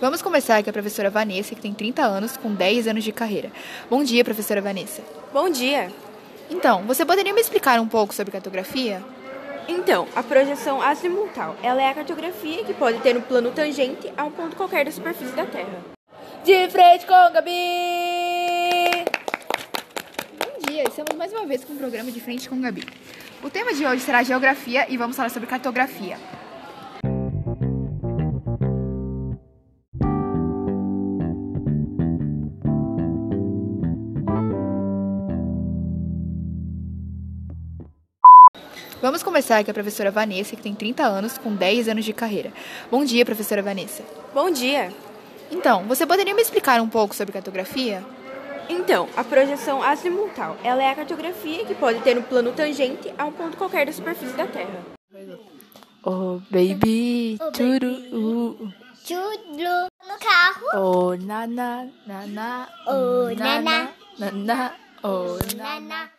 Vamos conversar com a professora Vanessa, que tem 30 anos, com 10 anos de carreira. Bom dia, professora Vanessa. Bom dia! Então, você poderia me explicar um pouco sobre cartografia? Então, a projeção azimutal, ela é a cartografia que pode ter um plano tangente a um ponto qualquer da superfície da Terra. De frente com Gabi! Bom Um dia, estamos mais uma vez com o programa De Frente com Gabi. O tema de hoje será geografia e vamos falar sobre cartografia. Vamos começar com a professora Vanessa, que tem 30 anos, com 10 anos de carreira. Bom dia, professora Vanessa. Bom dia! Então, você poderia me explicar um pouco sobre cartografia? Então, a projeção azimutal, ela é a cartografia que pode ter um plano tangente a um ponto qualquer da superfície da Terra. Oh, baby, churu. Tudo no carro. Oh, nana, nana. Oh, nana. Nana, oh, nana. Nana.